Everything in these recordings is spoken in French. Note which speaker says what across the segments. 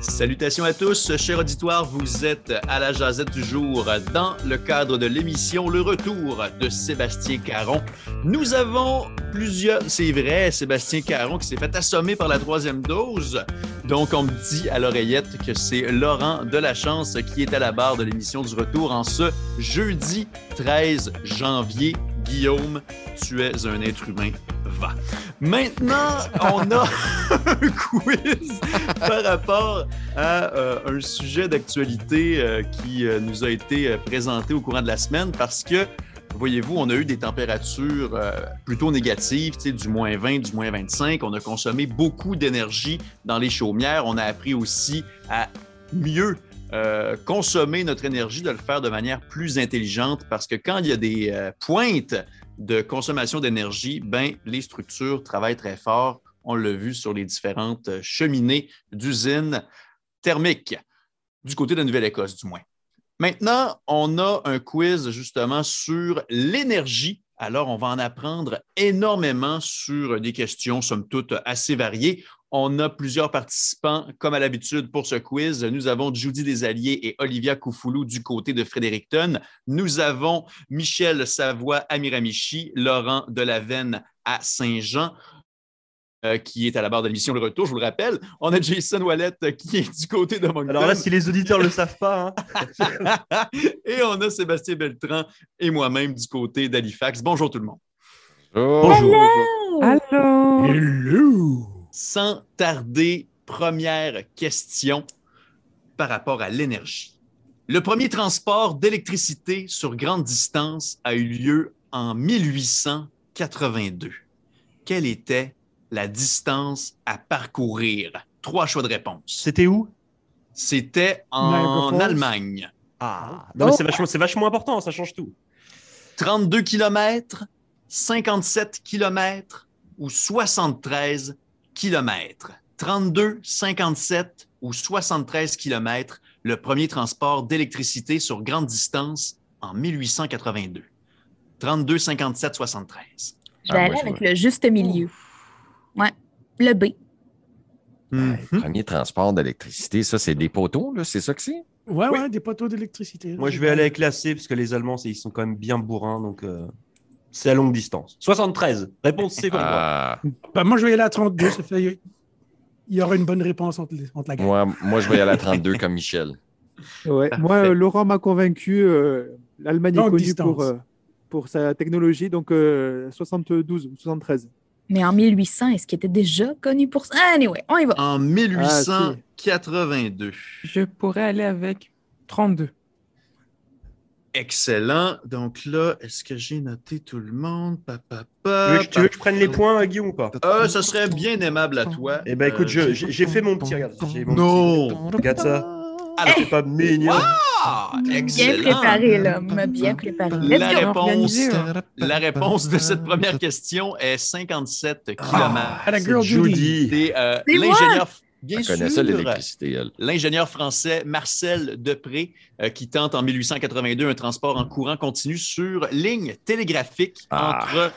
Speaker 1: Salutations à tous, chers auditoires, vous êtes à la Jazette du jour dans le cadre de l'émission Le Retour de Sébastien Caron. Nous avons plusieurs, c'est vrai, Sébastien Caron qui s'est fait assommer par la troisième dose. Donc on me dit à l'oreillette que c'est Laurent Delachance qui est à la barre de l'émission du Retour en ce jeudi 13 janvier. Guillaume, tu es un être humain, va. Maintenant, on a un quiz par rapport à euh, un sujet d'actualité euh, qui euh, nous a été euh, présenté au courant de la semaine parce que, voyez-vous, on a eu des températures euh, plutôt négatives, tu sais, du moins 20, du moins 25. On a consommé beaucoup d'énergie dans les chaumières. On a appris aussi à mieux euh, consommer notre énergie, de le faire de manière plus intelligente parce que quand il y a des euh, pointes de consommation d'énergie, ben, les structures travaillent très fort. On l'a vu sur les différentes euh, cheminées d'usines thermiques, du côté de la Nouvelle-Écosse du moins. Maintenant, on a un quiz justement sur l'énergie. Alors, on va en apprendre énormément sur des questions, somme toute, assez variées. On a plusieurs participants, comme à l'habitude, pour ce quiz. Nous avons Judy Desalliés et Olivia Koufoulou du côté de Fredericton. Nous avons Michel Savoie à Miramichi, Laurent Delavenne à Saint-Jean, euh, qui est à la barre de l'émission Le Retour, je vous le rappelle. On a Jason Wallet euh, qui est du côté de Moncton.
Speaker 2: Alors là, si les auditeurs ne le savent pas, hein,
Speaker 1: et on a Sébastien Beltran et moi-même du côté d'Halifax. Bonjour tout le monde.
Speaker 2: Bonjour.
Speaker 3: Allô?
Speaker 1: Sans tarder, première question par rapport à l'énergie. Le premier transport d'électricité sur grande distance a eu lieu en 1882. Quelle était la distance à parcourir? Trois choix de réponse.
Speaker 2: c'était où
Speaker 1: C'était en
Speaker 3: Niagara Falls.
Speaker 1: Allemagne.
Speaker 2: Ah, non, mais c'est vachement, c'est vachement important, ça change tout.
Speaker 1: 32 km, 57 km ou 73 km. 32, 57 ou 73 km, le premier transport d'électricité sur grande distance en 1882. 32, 57, 73.
Speaker 4: Je
Speaker 5: Ah,
Speaker 4: vais
Speaker 5: moi,
Speaker 4: aller
Speaker 5: je
Speaker 4: avec le juste milieu. Ouais. Le B.
Speaker 2: Hmm.
Speaker 5: Ouais,
Speaker 1: Hum?
Speaker 5: Premier transport d'électricité, ça, c'est des poteaux, là, c'est ça que c'est?
Speaker 3: Ouais, ouais, des poteaux d'électricité.
Speaker 2: Moi, je vais aller avec la C, parce que les Allemands, c'est- ils sont quand même bien bourrins, donc euh, c'est à longue distance. 73, réponse C pour moi.
Speaker 5: Ah,
Speaker 3: Bah, moi, je vais aller à 32. Ça fait... Il y aura une bonne réponse entre, les- entre la gang.
Speaker 5: moi, moi, je vais aller à 32 comme Michel.
Speaker 6: Ouais,
Speaker 1: Parfait.
Speaker 6: moi, euh, Laurent m'a convaincu. euh, L'Allemagne
Speaker 3: Longue
Speaker 6: est connue
Speaker 3: distance.
Speaker 6: pour, euh, pour sa technologie, donc euh, 72 ou 73.
Speaker 4: Mais en 1800, est-ce qu'il était déjà connu pour ça? Anyway, on y va.
Speaker 2: Ah,
Speaker 1: En 1882.
Speaker 3: Je pourrais aller avec 32.
Speaker 1: Excellent. Donc là, est-ce que j'ai noté tout le monde? Pa, pa, pa,
Speaker 2: Tu veux que- tu veux que je
Speaker 1: pa,
Speaker 2: prenne les points, euh, Guillaume, ou pas
Speaker 1: Euh, ça serait bien aimable à toi.
Speaker 2: Eh ben, écoute,
Speaker 1: Euh,
Speaker 2: je- j'ai j'ai fait mon petit, regarde. j'ai mon
Speaker 1: Non!
Speaker 2: petit- Regarde ça.
Speaker 1: Alors,
Speaker 2: C'est pas mignon.
Speaker 1: ah,
Speaker 4: Bien
Speaker 1: excellent!
Speaker 4: préparé, là. M'a bien préparé.
Speaker 1: La
Speaker 4: Let's go.
Speaker 1: réponse,
Speaker 4: hein.
Speaker 1: la réponse de cette première question est 57 km.
Speaker 3: Ah,
Speaker 5: Ah.
Speaker 3: à la girl Judy.
Speaker 1: C'est euh,
Speaker 4: C'est moi!
Speaker 1: l'ingénieur, bien
Speaker 5: Elle
Speaker 1: sûr,
Speaker 5: connaît ça, l'électricité, elle.
Speaker 1: l'ingénieur français Marcel Depré euh, qui tente en 1882 un transport en courant continu sur ligne télégraphique
Speaker 5: Ah.
Speaker 1: entre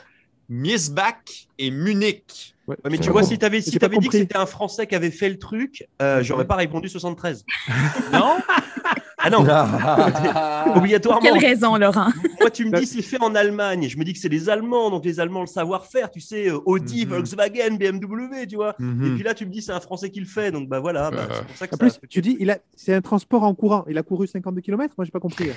Speaker 1: Miesbach et Munich.
Speaker 6: Ouais.
Speaker 2: Ouais, mais tu
Speaker 5: Ouais.
Speaker 2: vois, si t'avais si
Speaker 6: J'ai pas
Speaker 2: t'avais dit que
Speaker 6: compris.
Speaker 2: c'était un Français qui avait fait le truc, euh, j'aurais pas répondu 73.
Speaker 1: Non?
Speaker 2: Ah non,
Speaker 4: Pour
Speaker 2: obligatoirement.
Speaker 4: quelle raison, Laurent?
Speaker 2: Moi, tu me dis, c'est fait en Allemagne. Je me dis que c'est les Allemands, donc les Allemands, le savoir-faire, tu sais, euh, Audi,
Speaker 1: Mhm.
Speaker 2: Volkswagen, BMW, tu vois. Et puis là, tu me dis, c'est un Français qui le fait, donc bah voilà, bah,
Speaker 5: Euh.
Speaker 2: c'est pour ça que
Speaker 6: En
Speaker 2: ça-
Speaker 6: plus, tu dis, il a- c'est un transport en courant. Il a couru 52 km Moi, j'ai pas compris.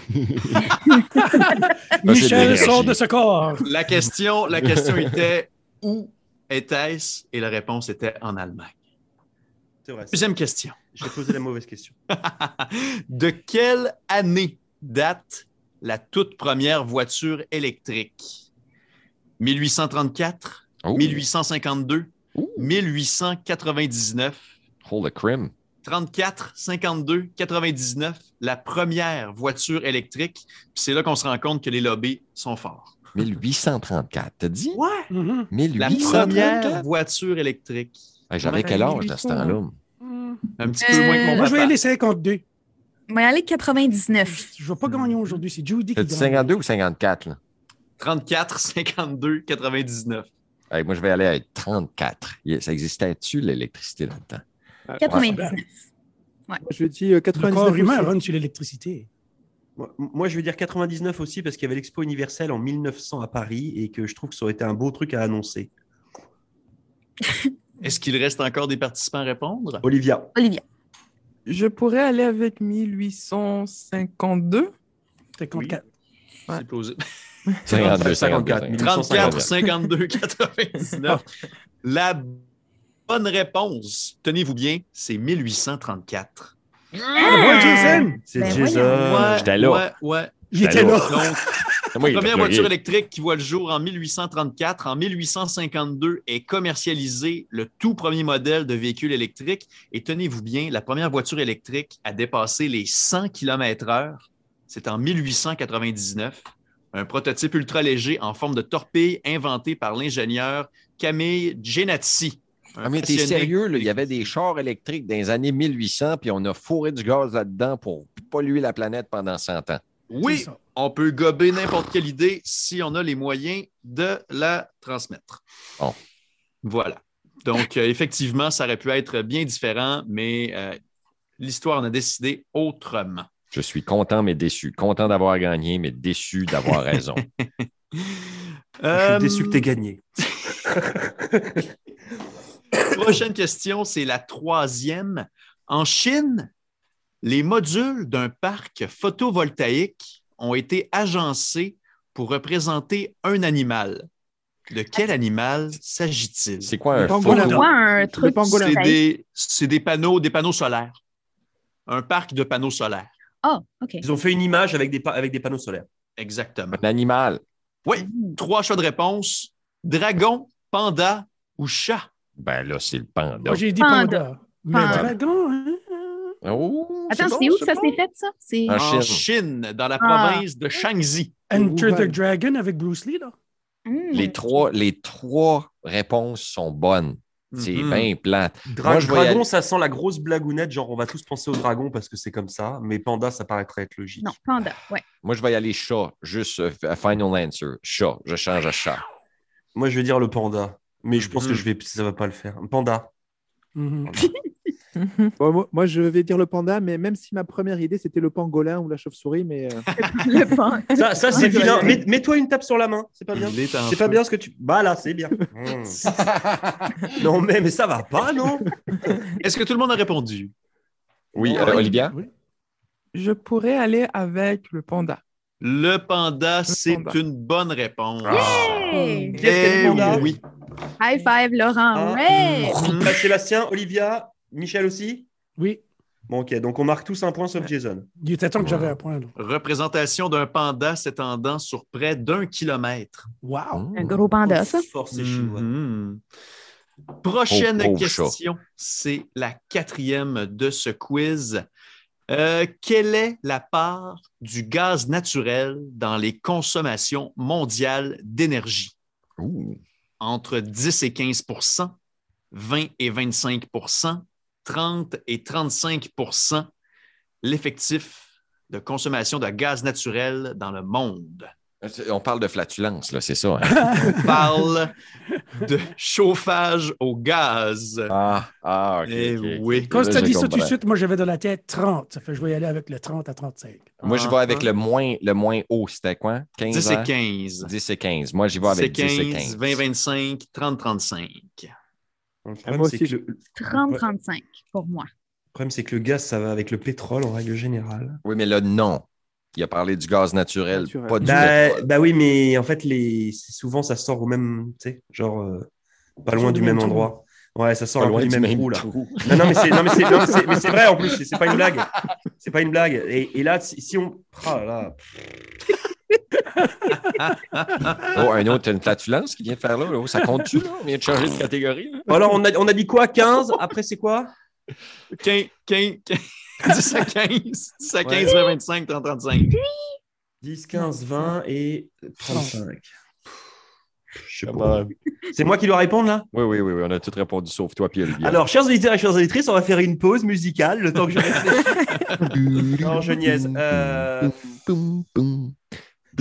Speaker 5: de
Speaker 3: Michel
Speaker 5: l'énergie.
Speaker 3: sort de ce corps.
Speaker 1: La question, la question était où était-ce? Et la réponse était en Allemagne.
Speaker 2: c'est vrai. c'est-
Speaker 1: Deuxième question.
Speaker 2: J'ai posé la mauvaise question.
Speaker 1: De quelle année date la toute première voiture électrique? 1834,
Speaker 5: Oh,
Speaker 1: 1852,
Speaker 5: Ouh.
Speaker 1: 1899,
Speaker 5: holy crim.
Speaker 1: 34, 52, 99, la première voiture électrique. Puis c'est là qu'on se rend compte que les lobbies sont forts.
Speaker 5: 1834, t'as dit?
Speaker 1: Ouais!
Speaker 3: Mhm.
Speaker 1: La
Speaker 5: 1834?
Speaker 1: première voiture électrique.
Speaker 5: Hey, J'avais quel âge à ce temps-là?
Speaker 1: Un petit peu
Speaker 4: Euh,
Speaker 1: moins que mon
Speaker 3: Moi, je vais
Speaker 1: papa.
Speaker 3: aller 52.
Speaker 4: On va y aller 99.
Speaker 3: Je ne vais pas gagner aujourd'hui. C'est Judy
Speaker 5: T'as
Speaker 3: qui
Speaker 5: dit
Speaker 3: gagne.
Speaker 5: 52 ou 54? Là?
Speaker 1: 34, 52, 99.
Speaker 5: Hey, moi, je vais aller à 34. Yeah, Ça existait-tu, l'électricité, dans le temps?
Speaker 4: 99.
Speaker 6: Je dis euh,
Speaker 3: Le corps
Speaker 6: 99.
Speaker 3: humain
Speaker 6: aussi.
Speaker 3: run sur l'électricité.
Speaker 2: Moi, moi, je vais dire 99 aussi parce qu'il y avait l'expo universelle en 1900 à Paris et que je trouve que ça aurait été un beau truc à annoncer.
Speaker 1: Est-ce qu'il reste encore des participants à répondre?
Speaker 2: Olivia,
Speaker 4: Olivia.
Speaker 7: Je pourrais aller avec 1852.
Speaker 3: 54.
Speaker 7: Ouais.
Speaker 1: C'est plausible.
Speaker 5: 52,
Speaker 2: 54,
Speaker 5: 54.
Speaker 1: 34, 52, 99. La bonne réponse, tenez-vous bien, c'est 1834.
Speaker 2: Ah,
Speaker 4: Ah!
Speaker 2: Ouais, Jason C'est
Speaker 4: Ben
Speaker 2: Jason.
Speaker 4: voyons.
Speaker 5: Euh, j'étais là.
Speaker 1: Ouais, ouais.
Speaker 3: Il était
Speaker 5: Allô.
Speaker 3: là.
Speaker 1: Donc,
Speaker 5: Moi, il
Speaker 1: La première
Speaker 5: a pleuré.
Speaker 1: voiture électrique qui voit le jour en 1834, en 1852, est commercialisée, le tout premier modèle de véhicule électrique. Et tenez-vous bien, la première voiture électrique a dépassé les 100 km/h. C'est en 1899. Un prototype ultra léger en forme de torpille inventé par l'ingénieur Camille Genazzi. Un
Speaker 5: Ah, mais t'es
Speaker 1: passionné.
Speaker 5: sérieux, là, il y avait des chars électriques dans les années 1800, puis on a fourré du gaz là-dedans pour polluer la planète pendant 100 ans.
Speaker 1: Oui,
Speaker 3: C'est ça.
Speaker 1: on peut gober n'importe quelle idée si on a les moyens de la transmettre.
Speaker 5: Bon.
Speaker 1: Voilà. Donc, euh, effectivement, ça aurait pu être bien différent, mais euh, l'histoire en a décidé autrement.
Speaker 5: Je suis content, mais déçu. Content d'avoir gagné, mais déçu d'avoir raison.
Speaker 2: Je suis
Speaker 1: Euh,
Speaker 2: déçu que t'aies gagné.
Speaker 1: Prochaine question, c'est la troisième. En Chine, les modules d'un parc photovoltaïque ont été agencés pour représenter un animal. De quel animal s'agit-il?
Speaker 5: C'est quoi un
Speaker 6: Le
Speaker 5: faux?
Speaker 6: pangolin.
Speaker 4: Moi, un
Speaker 3: hein.
Speaker 4: truc.
Speaker 6: pangolin.
Speaker 1: C'est
Speaker 4: qui-
Speaker 1: des, c'est des panneaux, des panneaux solaires. Un parc de panneaux solaires.
Speaker 4: Ah, OK.
Speaker 2: Ils ont fait une image avec des, pa- avec des panneaux solaires.
Speaker 1: Exactement.
Speaker 5: Un animal.
Speaker 1: Oui, trois choix de réponse. Dragon, panda ou chat.
Speaker 5: Ben là, c'est le panda.
Speaker 3: Moi, j'ai dit
Speaker 4: Panda.
Speaker 3: panda. Mais
Speaker 4: Panda.
Speaker 3: dragon, hein?
Speaker 5: Oh,
Speaker 4: Attends,
Speaker 5: bon,
Speaker 4: c'est où que ça
Speaker 5: bon.
Speaker 4: s'est fait, ça? C'est...
Speaker 5: En
Speaker 1: En
Speaker 5: Chine.
Speaker 1: Chine, dans la
Speaker 4: Ah.
Speaker 1: province de Shaanxi.
Speaker 3: Enter
Speaker 6: Wuhan.
Speaker 3: the Dragon avec Bruce Lee, là.
Speaker 4: Hmm.
Speaker 5: Les trois, les trois réponses sont bonnes. C'est
Speaker 1: Mhm.
Speaker 5: bien plate.
Speaker 2: Dra-
Speaker 5: Moi, je vais y
Speaker 2: dragon,
Speaker 5: aller.
Speaker 2: ça sent la grosse blagounette, genre on va tous penser au dragon parce que c'est comme ça, mais panda, ça paraîtrait être logique.
Speaker 4: Non, panda, ouais.
Speaker 5: Moi, je vais y aller chat. Juste euh, final answer. Chat. Je change à chat.
Speaker 2: Moi, je vais dire le panda, mais je pense
Speaker 1: Mhm.
Speaker 2: que je vais, ça va pas le faire. Panda.
Speaker 3: Mhm.
Speaker 7: Mhm.
Speaker 6: Bon, moi, moi, je vais dire le panda, mais même si ma première idée c'était le pangolin ou la chauve-souris, mais euh,
Speaker 4: Le pan-
Speaker 2: Ça, ça c'est
Speaker 4: Ouais, je
Speaker 2: vilain.
Speaker 4: vais-
Speaker 2: Mets- Mets-toi une tape sur la main, c'est pas bien.
Speaker 1: Il est en
Speaker 2: C'est pas
Speaker 1: feu.
Speaker 2: bien ce que tu. Bah là, c'est bien. Mm. non, mais, mais ça va pas, non
Speaker 1: Est-ce que tout le monde a répondu?
Speaker 5: Oui,
Speaker 2: Ouais.
Speaker 5: euh, Olivia?
Speaker 3: Oui.
Speaker 7: Je pourrais aller avec le panda.
Speaker 1: Le panda, c'est
Speaker 7: panda.
Speaker 1: une bonne réponse.
Speaker 4: Hey!
Speaker 2: Qui est-ce qui a
Speaker 1: Eh
Speaker 2: le panda
Speaker 1: oui.
Speaker 4: High five, Laurent.
Speaker 2: Ah.
Speaker 4: Ouais!
Speaker 1: Mhm.
Speaker 2: Bah, Sébastien, Olivia, Michel aussi
Speaker 3: Oui,
Speaker 2: Bon, ok, donc on marque tous un point sauf Jason.
Speaker 3: il était temps que j'avais un point, là.
Speaker 1: Représentation d'un panda s'étendant sur près d'un kilomètre.
Speaker 3: Wow!
Speaker 5: Mm.
Speaker 4: Un gros panda, ça.
Speaker 2: Force et chinois.
Speaker 1: Mhm. Prochaine
Speaker 5: Pauvre, pauvre
Speaker 1: question, c'est la quatrième de ce quiz. Euh, quelle est la part du gaz naturel dans les consommations mondiales d'énergie?
Speaker 5: Ouh.
Speaker 1: Entre 10 et 15 20 et 25 30 et 35 l'effectif de consommation de gaz naturel dans le monde.
Speaker 5: C'est- Euh, On parle de flatulence, là, c'est ça. hein?
Speaker 1: On parle de chauffage au gaz.
Speaker 5: ah, ah, ok.
Speaker 1: Eh
Speaker 5: ok.
Speaker 1: oui.
Speaker 3: Quand
Speaker 5: Là,
Speaker 3: tu as
Speaker 5: je
Speaker 3: dit ça tout de
Speaker 5: comprends.
Speaker 3: suite, moi, j'avais dans la tête 30. Ça fait que je vais y aller avec le 30 à 35.
Speaker 5: Moi, je vais avec le moins, le moins haut. C'était quoi? 15
Speaker 1: 10
Speaker 5: ans?
Speaker 1: et 15.
Speaker 5: 10 et 15. Moi, j'y vais avec 10 et 15.
Speaker 1: 20, 25, 30, 35.
Speaker 2: Le
Speaker 6: Moi
Speaker 2: problème,
Speaker 6: aussi,
Speaker 2: c'est que, le- le
Speaker 4: 30-35 pour moi.
Speaker 2: problème, c'est que le gaz, ça va avec le pétrole en règle générale.
Speaker 5: Oui, mais là, non. Il a parlé du gaz naturel,
Speaker 6: Naturel.
Speaker 5: pas du
Speaker 2: Bah,
Speaker 5: pétrole.
Speaker 2: bah oui, mais en fait, les... c'est souvent ça sort au même, tu sais, genre euh, pas loin
Speaker 3: Sort
Speaker 2: du
Speaker 3: du même
Speaker 2: même
Speaker 3: trou.
Speaker 2: endroit. Ouais, ça sort un peu du même trou, là.
Speaker 5: trou.
Speaker 2: Non, non, mais c'est, non, mais c'est, non, c'est- mais c'est vrai en plus, c'est- c'est pas une blague. C'est pas une blague. Et, et là, si, si on. Ah, là.
Speaker 5: Oh, un autre, une flatulence qui vient de faire là. là. Ça compte-tu, là? On vient de changer de catégorie. là.
Speaker 2: Alors, on a, on a dit quoi 15 Après, c'est quoi
Speaker 1: 15, 15, 10 à 15. 10 à 15, 20, 25, 30, 35.
Speaker 2: 10, 15, 20 et 35. Je sais
Speaker 5: Ah
Speaker 2: pas. bah, C'est moi qui dois répondre là
Speaker 5: Oui, oui, oui, oui, on a tout répondu sauf toi, puis Olivier.
Speaker 2: Alors, chers auditeurs et chères auditrices, on va faire une pause musicale le temps que je réfléchis. non, je niaise. Euh, je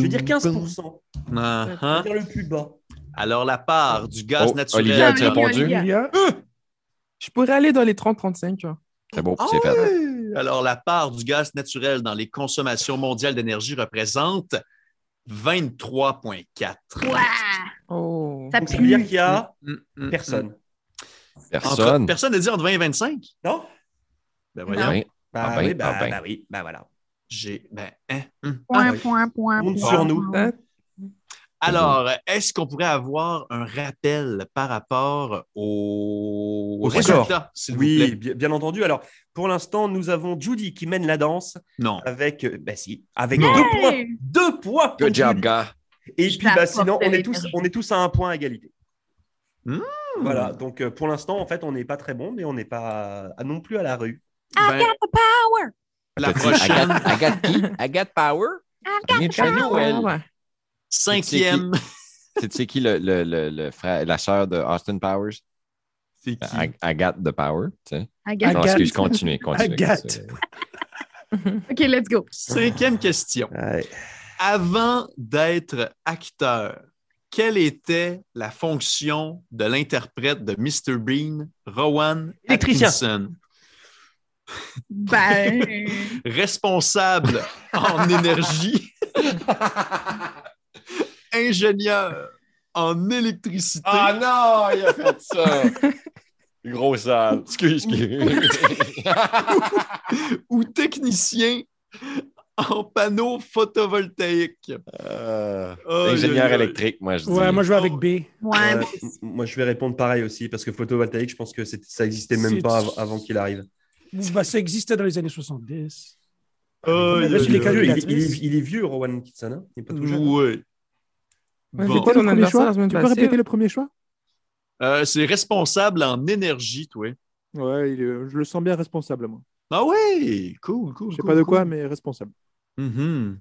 Speaker 2: veux dire 15%.
Speaker 1: Ah,
Speaker 2: Je
Speaker 1: ah.
Speaker 2: veux dire le plus bas.
Speaker 1: Alors, la part du gaz
Speaker 5: Oh,
Speaker 1: naturel.
Speaker 5: Olivier,
Speaker 4: Ah,
Speaker 5: as-tu
Speaker 4: oui,
Speaker 5: répondu?
Speaker 4: Olivia.
Speaker 3: Il y a-
Speaker 7: Je pourrais aller dans les 30-35. hein.
Speaker 5: C'est beau,
Speaker 1: Ah
Speaker 5: c'est fait.
Speaker 1: oui! Alors, la part du gaz naturel dans les consommations mondiales d'énergie représente 23,4.
Speaker 4: Ouah,
Speaker 7: Oh.
Speaker 4: ça
Speaker 2: Donc, ça veut dire
Speaker 4: pue.
Speaker 2: qu'il y a
Speaker 1: Mm, mm, mm.
Speaker 2: personne.
Speaker 1: Entre-
Speaker 5: Personne.
Speaker 1: personne n'a dit entre 20 et 25?
Speaker 2: Non?
Speaker 1: Ben
Speaker 4: Non.
Speaker 1: voyons.
Speaker 5: Hein?
Speaker 2: Bah,
Speaker 5: Ah ben,
Speaker 2: oui, bah,
Speaker 5: ah ben.
Speaker 2: bah oui, bah voilà.
Speaker 1: J'ai. Ben, hein, hum.
Speaker 4: Point,
Speaker 2: oui.
Speaker 4: point, point,
Speaker 2: Compte
Speaker 4: point,
Speaker 2: sur nous.
Speaker 4: point.
Speaker 7: Hein?
Speaker 1: Alors, est-ce qu'on pourrait avoir un rappel par rapport au,
Speaker 2: Au score.
Speaker 1: résultat, s'il vous
Speaker 2: Oui,
Speaker 1: plaît?
Speaker 2: bien, bien entendu. Alors, pour l'instant, nous avons Judy qui mène la danse
Speaker 1: Non.
Speaker 2: avec, euh, bah si, avec
Speaker 1: Non.
Speaker 2: deux points. Deux points. pour
Speaker 5: Good job,
Speaker 2: Judy.
Speaker 5: gars.
Speaker 2: Et
Speaker 4: Je
Speaker 2: puis, bah,
Speaker 4: t'apporte
Speaker 2: sinon, on est, tous,
Speaker 4: l'énergie.
Speaker 2: on est tous à un point à égalité.
Speaker 1: Hmm.
Speaker 2: Voilà, donc euh, pour l'instant, en fait, on n'est pas très bon, mais on n'est pas à- non plus à la rue.
Speaker 1: Ben, La
Speaker 5: T'as dit, I
Speaker 1: prochaine,
Speaker 5: got- I got key, I got power. Viens de chez nous, elle.
Speaker 7: Ah, ouais.
Speaker 1: cinquième.
Speaker 5: Tu sais qui le, le- le- le frère, la sœur de Austin Powers? Ben,
Speaker 2: C'est qui
Speaker 5: I, I got the power. tu sais.
Speaker 4: Agathe.
Speaker 5: Non, excuse, continuez, continuez.
Speaker 3: Agathe.
Speaker 5: continuez.
Speaker 4: OK, let's go.
Speaker 1: Cinquième question. Avant d'être acteur, quelle était la fonction de l'interprète de Mr. Bean, Rowan
Speaker 2: Électricien.
Speaker 1: Atkinson,
Speaker 4: Ben,
Speaker 1: responsable en énergie, ingénieur en électricité,
Speaker 5: Ah non, il a fait ça! Gros sale. Excuse, excuse.
Speaker 1: ou technicien en panneaux photovoltaïques?
Speaker 5: Euh,
Speaker 1: Oh,
Speaker 5: ingénieur
Speaker 1: yo, yo.
Speaker 5: électrique, moi, je dis.
Speaker 3: Ouais, moi je vais avec B.
Speaker 4: ouais,
Speaker 2: Euh, m- moi, je vais répondre pareil aussi, parce que photovoltaïque, je pense que c'est- ça n'existait même
Speaker 3: C'est-
Speaker 2: pas av- avant qu'il arrive.
Speaker 3: Bah, ça existait dans les années 70.
Speaker 1: Oh,
Speaker 3: Là,
Speaker 1: yo,
Speaker 3: je
Speaker 2: il,
Speaker 3: l'ai
Speaker 2: est
Speaker 1: yo.
Speaker 2: vieux, il, est- il
Speaker 3: calculatrice.
Speaker 2: est- il est vieux, Rowan Kitson. hein il n'est pas tout jeune.
Speaker 1: Oui.
Speaker 7: Ouais,
Speaker 1: Bon.
Speaker 7: c'est
Speaker 6: Quoi
Speaker 7: Ton
Speaker 6: le premier
Speaker 7: anniversaire
Speaker 6: choix
Speaker 7: la
Speaker 6: Tu
Speaker 7: semaine
Speaker 6: peux
Speaker 7: passée.
Speaker 6: répéter le premier choix
Speaker 1: Euh, c'est responsable en énergie, toi.
Speaker 6: Ouais, il est- je le sens bien responsable, moi.
Speaker 1: Ah oui, cool, cool.
Speaker 6: Je sais
Speaker 1: cool,
Speaker 6: pas de
Speaker 1: cool.
Speaker 6: quoi, mais responsable.
Speaker 1: Mhm.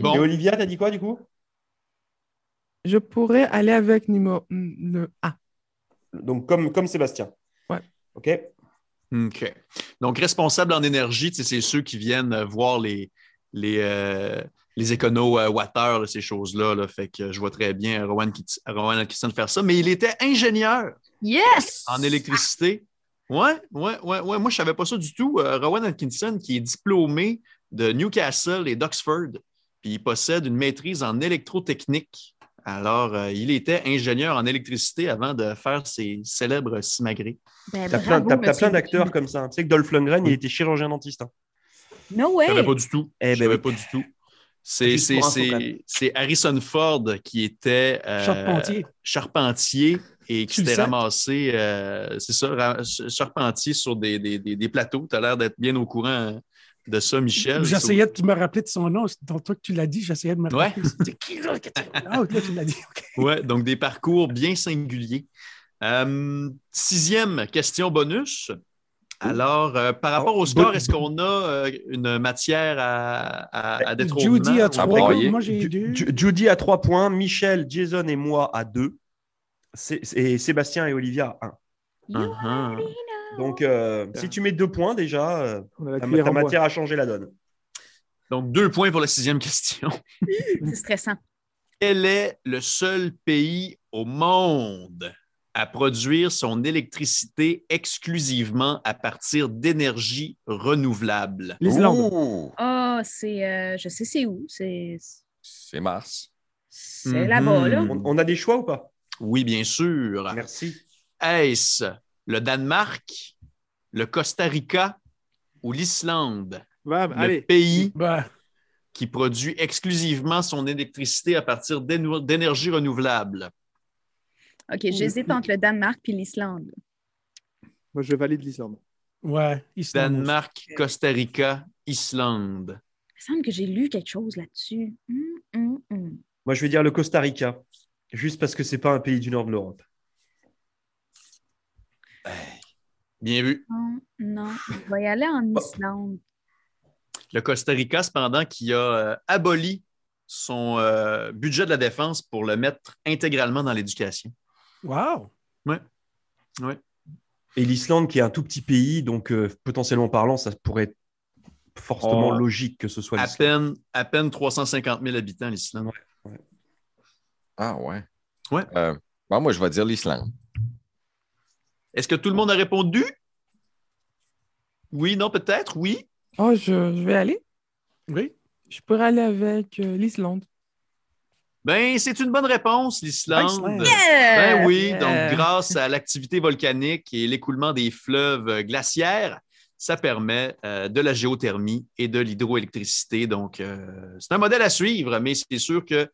Speaker 1: Bon.
Speaker 2: Et Olivia, t'as dit quoi du coup
Speaker 7: Je pourrais aller avec numéro le A.
Speaker 2: Donc, comme, comme Sébastien.
Speaker 7: Ouais.
Speaker 2: OK
Speaker 1: OK. Donc, responsable en énergie, tu sais, c'est ceux qui viennent euh, voir les, les, euh, les éconos euh, water, là, ces choses-là. là. Fait que euh, je vois très bien Rowan, Kit- Rowan Atkinson faire ça. Mais il était ingénieur
Speaker 4: yes!
Speaker 1: en électricité. Ouais, ouais, ouais, ouais. Moi, je savais pas ça du tout. Euh, Rowan Atkinson, qui est diplômé de Newcastle et d'Oxford, puis il possède une maîtrise en électrotechnique. Alors, euh, il était ingénieur en électricité avant de faire ses célèbres simagrées.
Speaker 4: Ben,
Speaker 2: T'as plein,
Speaker 4: bravo,
Speaker 2: t'as- t'as
Speaker 4: monsieur.
Speaker 2: plein d'acteurs comme ça. Tu sais que Dolph Lundgren, il était chirurgien dentiste. hein.
Speaker 4: No
Speaker 1: Je savais
Speaker 4: way!
Speaker 1: pas du tout.
Speaker 2: Eh
Speaker 1: je
Speaker 2: ben
Speaker 1: savais
Speaker 2: oui.
Speaker 1: pas du tout. C'est,
Speaker 2: Juste
Speaker 1: c'est,
Speaker 2: pour info, quand
Speaker 1: c'est,
Speaker 2: même.
Speaker 1: c'est Harrison Ford qui était euh,
Speaker 3: Charpentier.
Speaker 1: charpentier et qui
Speaker 3: Tu le
Speaker 1: s'était
Speaker 3: sais.
Speaker 1: ramassé, euh, c'est ça, ra- charpentier sur des, des, des, des plateaux. Tu as l'air d'être bien au courant euh, de ça, Michel.
Speaker 3: J'essayais de me rappeler de son nom. C'est Dans toi que tu l'as dit, j'essayais de me
Speaker 1: Ouais.
Speaker 3: rappeler. C'est qui là que tu- Ah, ok, tu l'as dit. ok.
Speaker 1: Ouais, donc des parcours bien singuliers. Euh, sixième question bonus. Alors, euh, par rapport
Speaker 3: Oh,
Speaker 1: au score, est-ce qu'on a euh, une matière à, à, à détournement?
Speaker 3: Ben, Judy a
Speaker 1: ou-
Speaker 5: trois.
Speaker 3: trois.
Speaker 5: broyer.
Speaker 3: Moi, j'ai deux.
Speaker 2: Ju- Ju- Judy à 3 points, Michel, Jason et moi à 2. Et Sébastien et Olivia à
Speaker 1: Uh-huh.
Speaker 2: 1. Donc, euh, si tu mets 2 points déjà, euh,
Speaker 6: On a la
Speaker 2: ta,
Speaker 6: cuillère
Speaker 2: ta
Speaker 6: en bois.
Speaker 2: matière a changé la donne.
Speaker 1: Donc, deux points pour la sixième question.
Speaker 4: C'est stressant.
Speaker 1: Quel est le seul pays au monde à produire son électricité exclusivement à partir d'énergie renouvelable?
Speaker 6: L'Islande.
Speaker 5: Ouh,
Speaker 4: Ah, c'est. euh, je sais c'est où. C'est
Speaker 5: C'est Mars.
Speaker 4: c'est
Speaker 1: Mhm.
Speaker 4: là-bas, là.
Speaker 2: On, on a des choix ou pas
Speaker 1: Oui, bien sûr.
Speaker 2: Merci.
Speaker 1: Est-ce le Danemark, le Costa Rica ou l'Islande?
Speaker 6: Bam,
Speaker 1: Le
Speaker 6: allez.
Speaker 1: pays
Speaker 3: Bah,
Speaker 1: qui produit exclusivement son électricité à partir d'éno- d'énergie renouvelable.
Speaker 4: OK, j'hésite entre le Danemark puis l'Islande.
Speaker 6: Moi, je valide l'Islande.
Speaker 3: ouais. Islande.
Speaker 1: Ben, Danemark, Costa Rica, Islande.
Speaker 4: Il me semble que j'ai lu quelque chose là-dessus. Hum, hum, hum.
Speaker 2: Moi, je vais dire le Costa Rica, juste parce que c'est pas un pays du nord de l'Europe.
Speaker 1: Bien vu.
Speaker 4: Non, Oh, non, je vais y aller en Islande.
Speaker 1: Le Costa Rica, cependant, qui a euh, aboli son euh, budget de la défense pour le mettre intégralement dans l'éducation.
Speaker 3: Wow.
Speaker 2: Et l'Islande, qui est un tout petit pays, donc euh, potentiellement parlant, ça pourrait être fortement
Speaker 1: Oh.
Speaker 2: logique que ce soit
Speaker 1: À
Speaker 2: l'Islande.
Speaker 1: peine, à peine 350 000 habitants, l'Islande.
Speaker 5: Ah ouais.
Speaker 1: Ouais.
Speaker 5: Euh, bon, moi, je vais dire l'Islande.
Speaker 1: Est-ce que tout le monde a répondu? Oui, non, peut-être, oui.
Speaker 7: Oh, je, je vais aller.
Speaker 3: Oui.
Speaker 7: Je pourrais aller avec euh, l'Islande.
Speaker 1: Ben, c'est une bonne réponse, l'Islande.
Speaker 3: Iceland.
Speaker 4: Euh,
Speaker 1: Ben
Speaker 2: Euh,
Speaker 1: oui,
Speaker 7: Yeah.
Speaker 1: donc grâce à l'activité volcanique et l'écoulement des fleuves glaciaires, ça permet euh, de la géothermie et de l'hydroélectricité. Donc, euh, c'est un modèle à suivre, mais c'est sûr que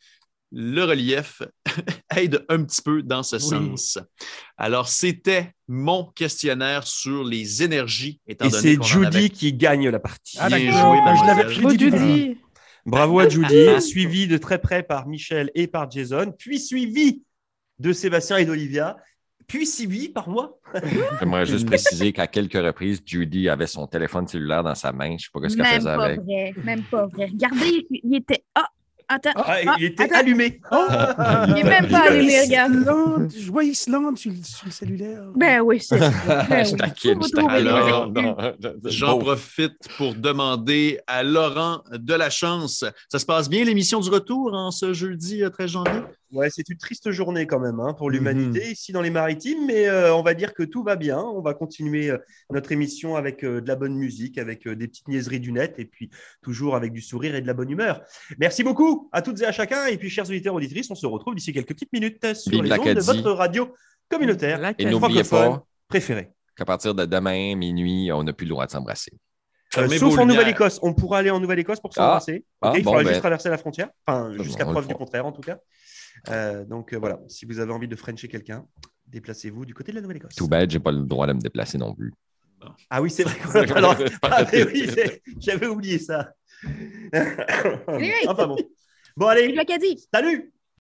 Speaker 1: le relief aide un petit peu dans ce
Speaker 3: Oui.
Speaker 1: sens. Alors, c'était mon questionnaire sur les énergies. Étant
Speaker 2: Et
Speaker 1: donné
Speaker 2: c'est
Speaker 1: qu'on en
Speaker 2: Judy
Speaker 1: avait-
Speaker 2: qui gagne la partie.
Speaker 1: Ah, Bien joué,
Speaker 3: d'accord. Ah, je
Speaker 1: mademoiselle.
Speaker 3: l'avais pris
Speaker 7: Oh,
Speaker 3: du début.
Speaker 7: Judy!
Speaker 2: Bravo à Judy, suivi de très près par Michel et par Jason, puis suivi de Sébastien et d'Olivia, puis suivi par moi.
Speaker 5: J'aimerais juste préciser qu'à quelques reprises, Judy avait son téléphone cellulaire dans sa main. Je ne sais pas ce qu'elle
Speaker 4: Même
Speaker 5: faisait
Speaker 4: pas
Speaker 5: avec.
Speaker 4: vrai. Même pas vrai. Regardez, il- il était. Ah! attends.
Speaker 2: Ah,
Speaker 4: ah,
Speaker 2: il était
Speaker 4: attends.
Speaker 2: allumé. Ah.
Speaker 4: il est même pas allumé, regarde.
Speaker 3: Islande, je vois Islande sur, le- sur le cellulaire.
Speaker 4: Ben oui, c'est ça. Ben
Speaker 5: Je
Speaker 4: oui.
Speaker 5: taquine,
Speaker 4: Faut
Speaker 5: je
Speaker 4: retrouver
Speaker 5: taquine.
Speaker 4: les
Speaker 1: Alors,
Speaker 4: vertus.
Speaker 1: J'en
Speaker 5: Beau.
Speaker 1: profite pour demander à Laurent de la chance. Ça se passe bien l'émission du retour en ce jeudi euh, 13 janvier?
Speaker 2: Ouais, c'est une triste journée quand même hein, pour
Speaker 5: Mhm.
Speaker 2: l'humanité ici dans les maritimes, mais euh, on va dire que tout va bien. On va continuer euh, notre émission avec euh, de la bonne musique, avec euh, des petites niaiseries du net et puis toujours avec du sourire et de la bonne humeur. Merci beaucoup à toutes et à chacun. Et puis, chers auditeurs, auditrices, on se retrouve d'ici quelques petites minutes euh, sur
Speaker 5: Vive
Speaker 2: les
Speaker 5: la
Speaker 2: ondes de
Speaker 5: Acadie.
Speaker 2: votre radio communautaire
Speaker 7: La
Speaker 5: Et
Speaker 7: case.
Speaker 5: n'oubliez
Speaker 2: francophone
Speaker 5: pas
Speaker 2: préférée.
Speaker 5: qu'à partir de demain, minuit, on n'a plus le droit de s'embrasser.
Speaker 2: Euh,
Speaker 1: Fermez
Speaker 2: sauf
Speaker 1: vos
Speaker 2: en
Speaker 1: lumières.
Speaker 2: Nouvelle-Écosse. On pourra aller en Nouvelle-Écosse pour s'embrasser.
Speaker 5: Ah,
Speaker 2: Ok, il
Speaker 5: bon,
Speaker 2: faudra
Speaker 5: ben.
Speaker 2: juste traverser la frontière, enfin,
Speaker 5: bon,
Speaker 2: jusqu'à
Speaker 5: on le
Speaker 2: preuve du
Speaker 5: fera.
Speaker 2: contraire en tout cas. Euh, donc euh, voilà, si vous avez envie de frencher quelqu'un, déplacez-vous du côté de la Nouvelle-Écosse.
Speaker 5: Tout bête, j'ai pas le droit de me déplacer non plus.
Speaker 2: Ah oui, c'est vrai. qu'on a pas lancé- Ah, mais oui, c'est- j'avais oublié ça. enfin bon. Bon,
Speaker 4: Je
Speaker 2: allez,
Speaker 4: l'ai dit.
Speaker 2: salut!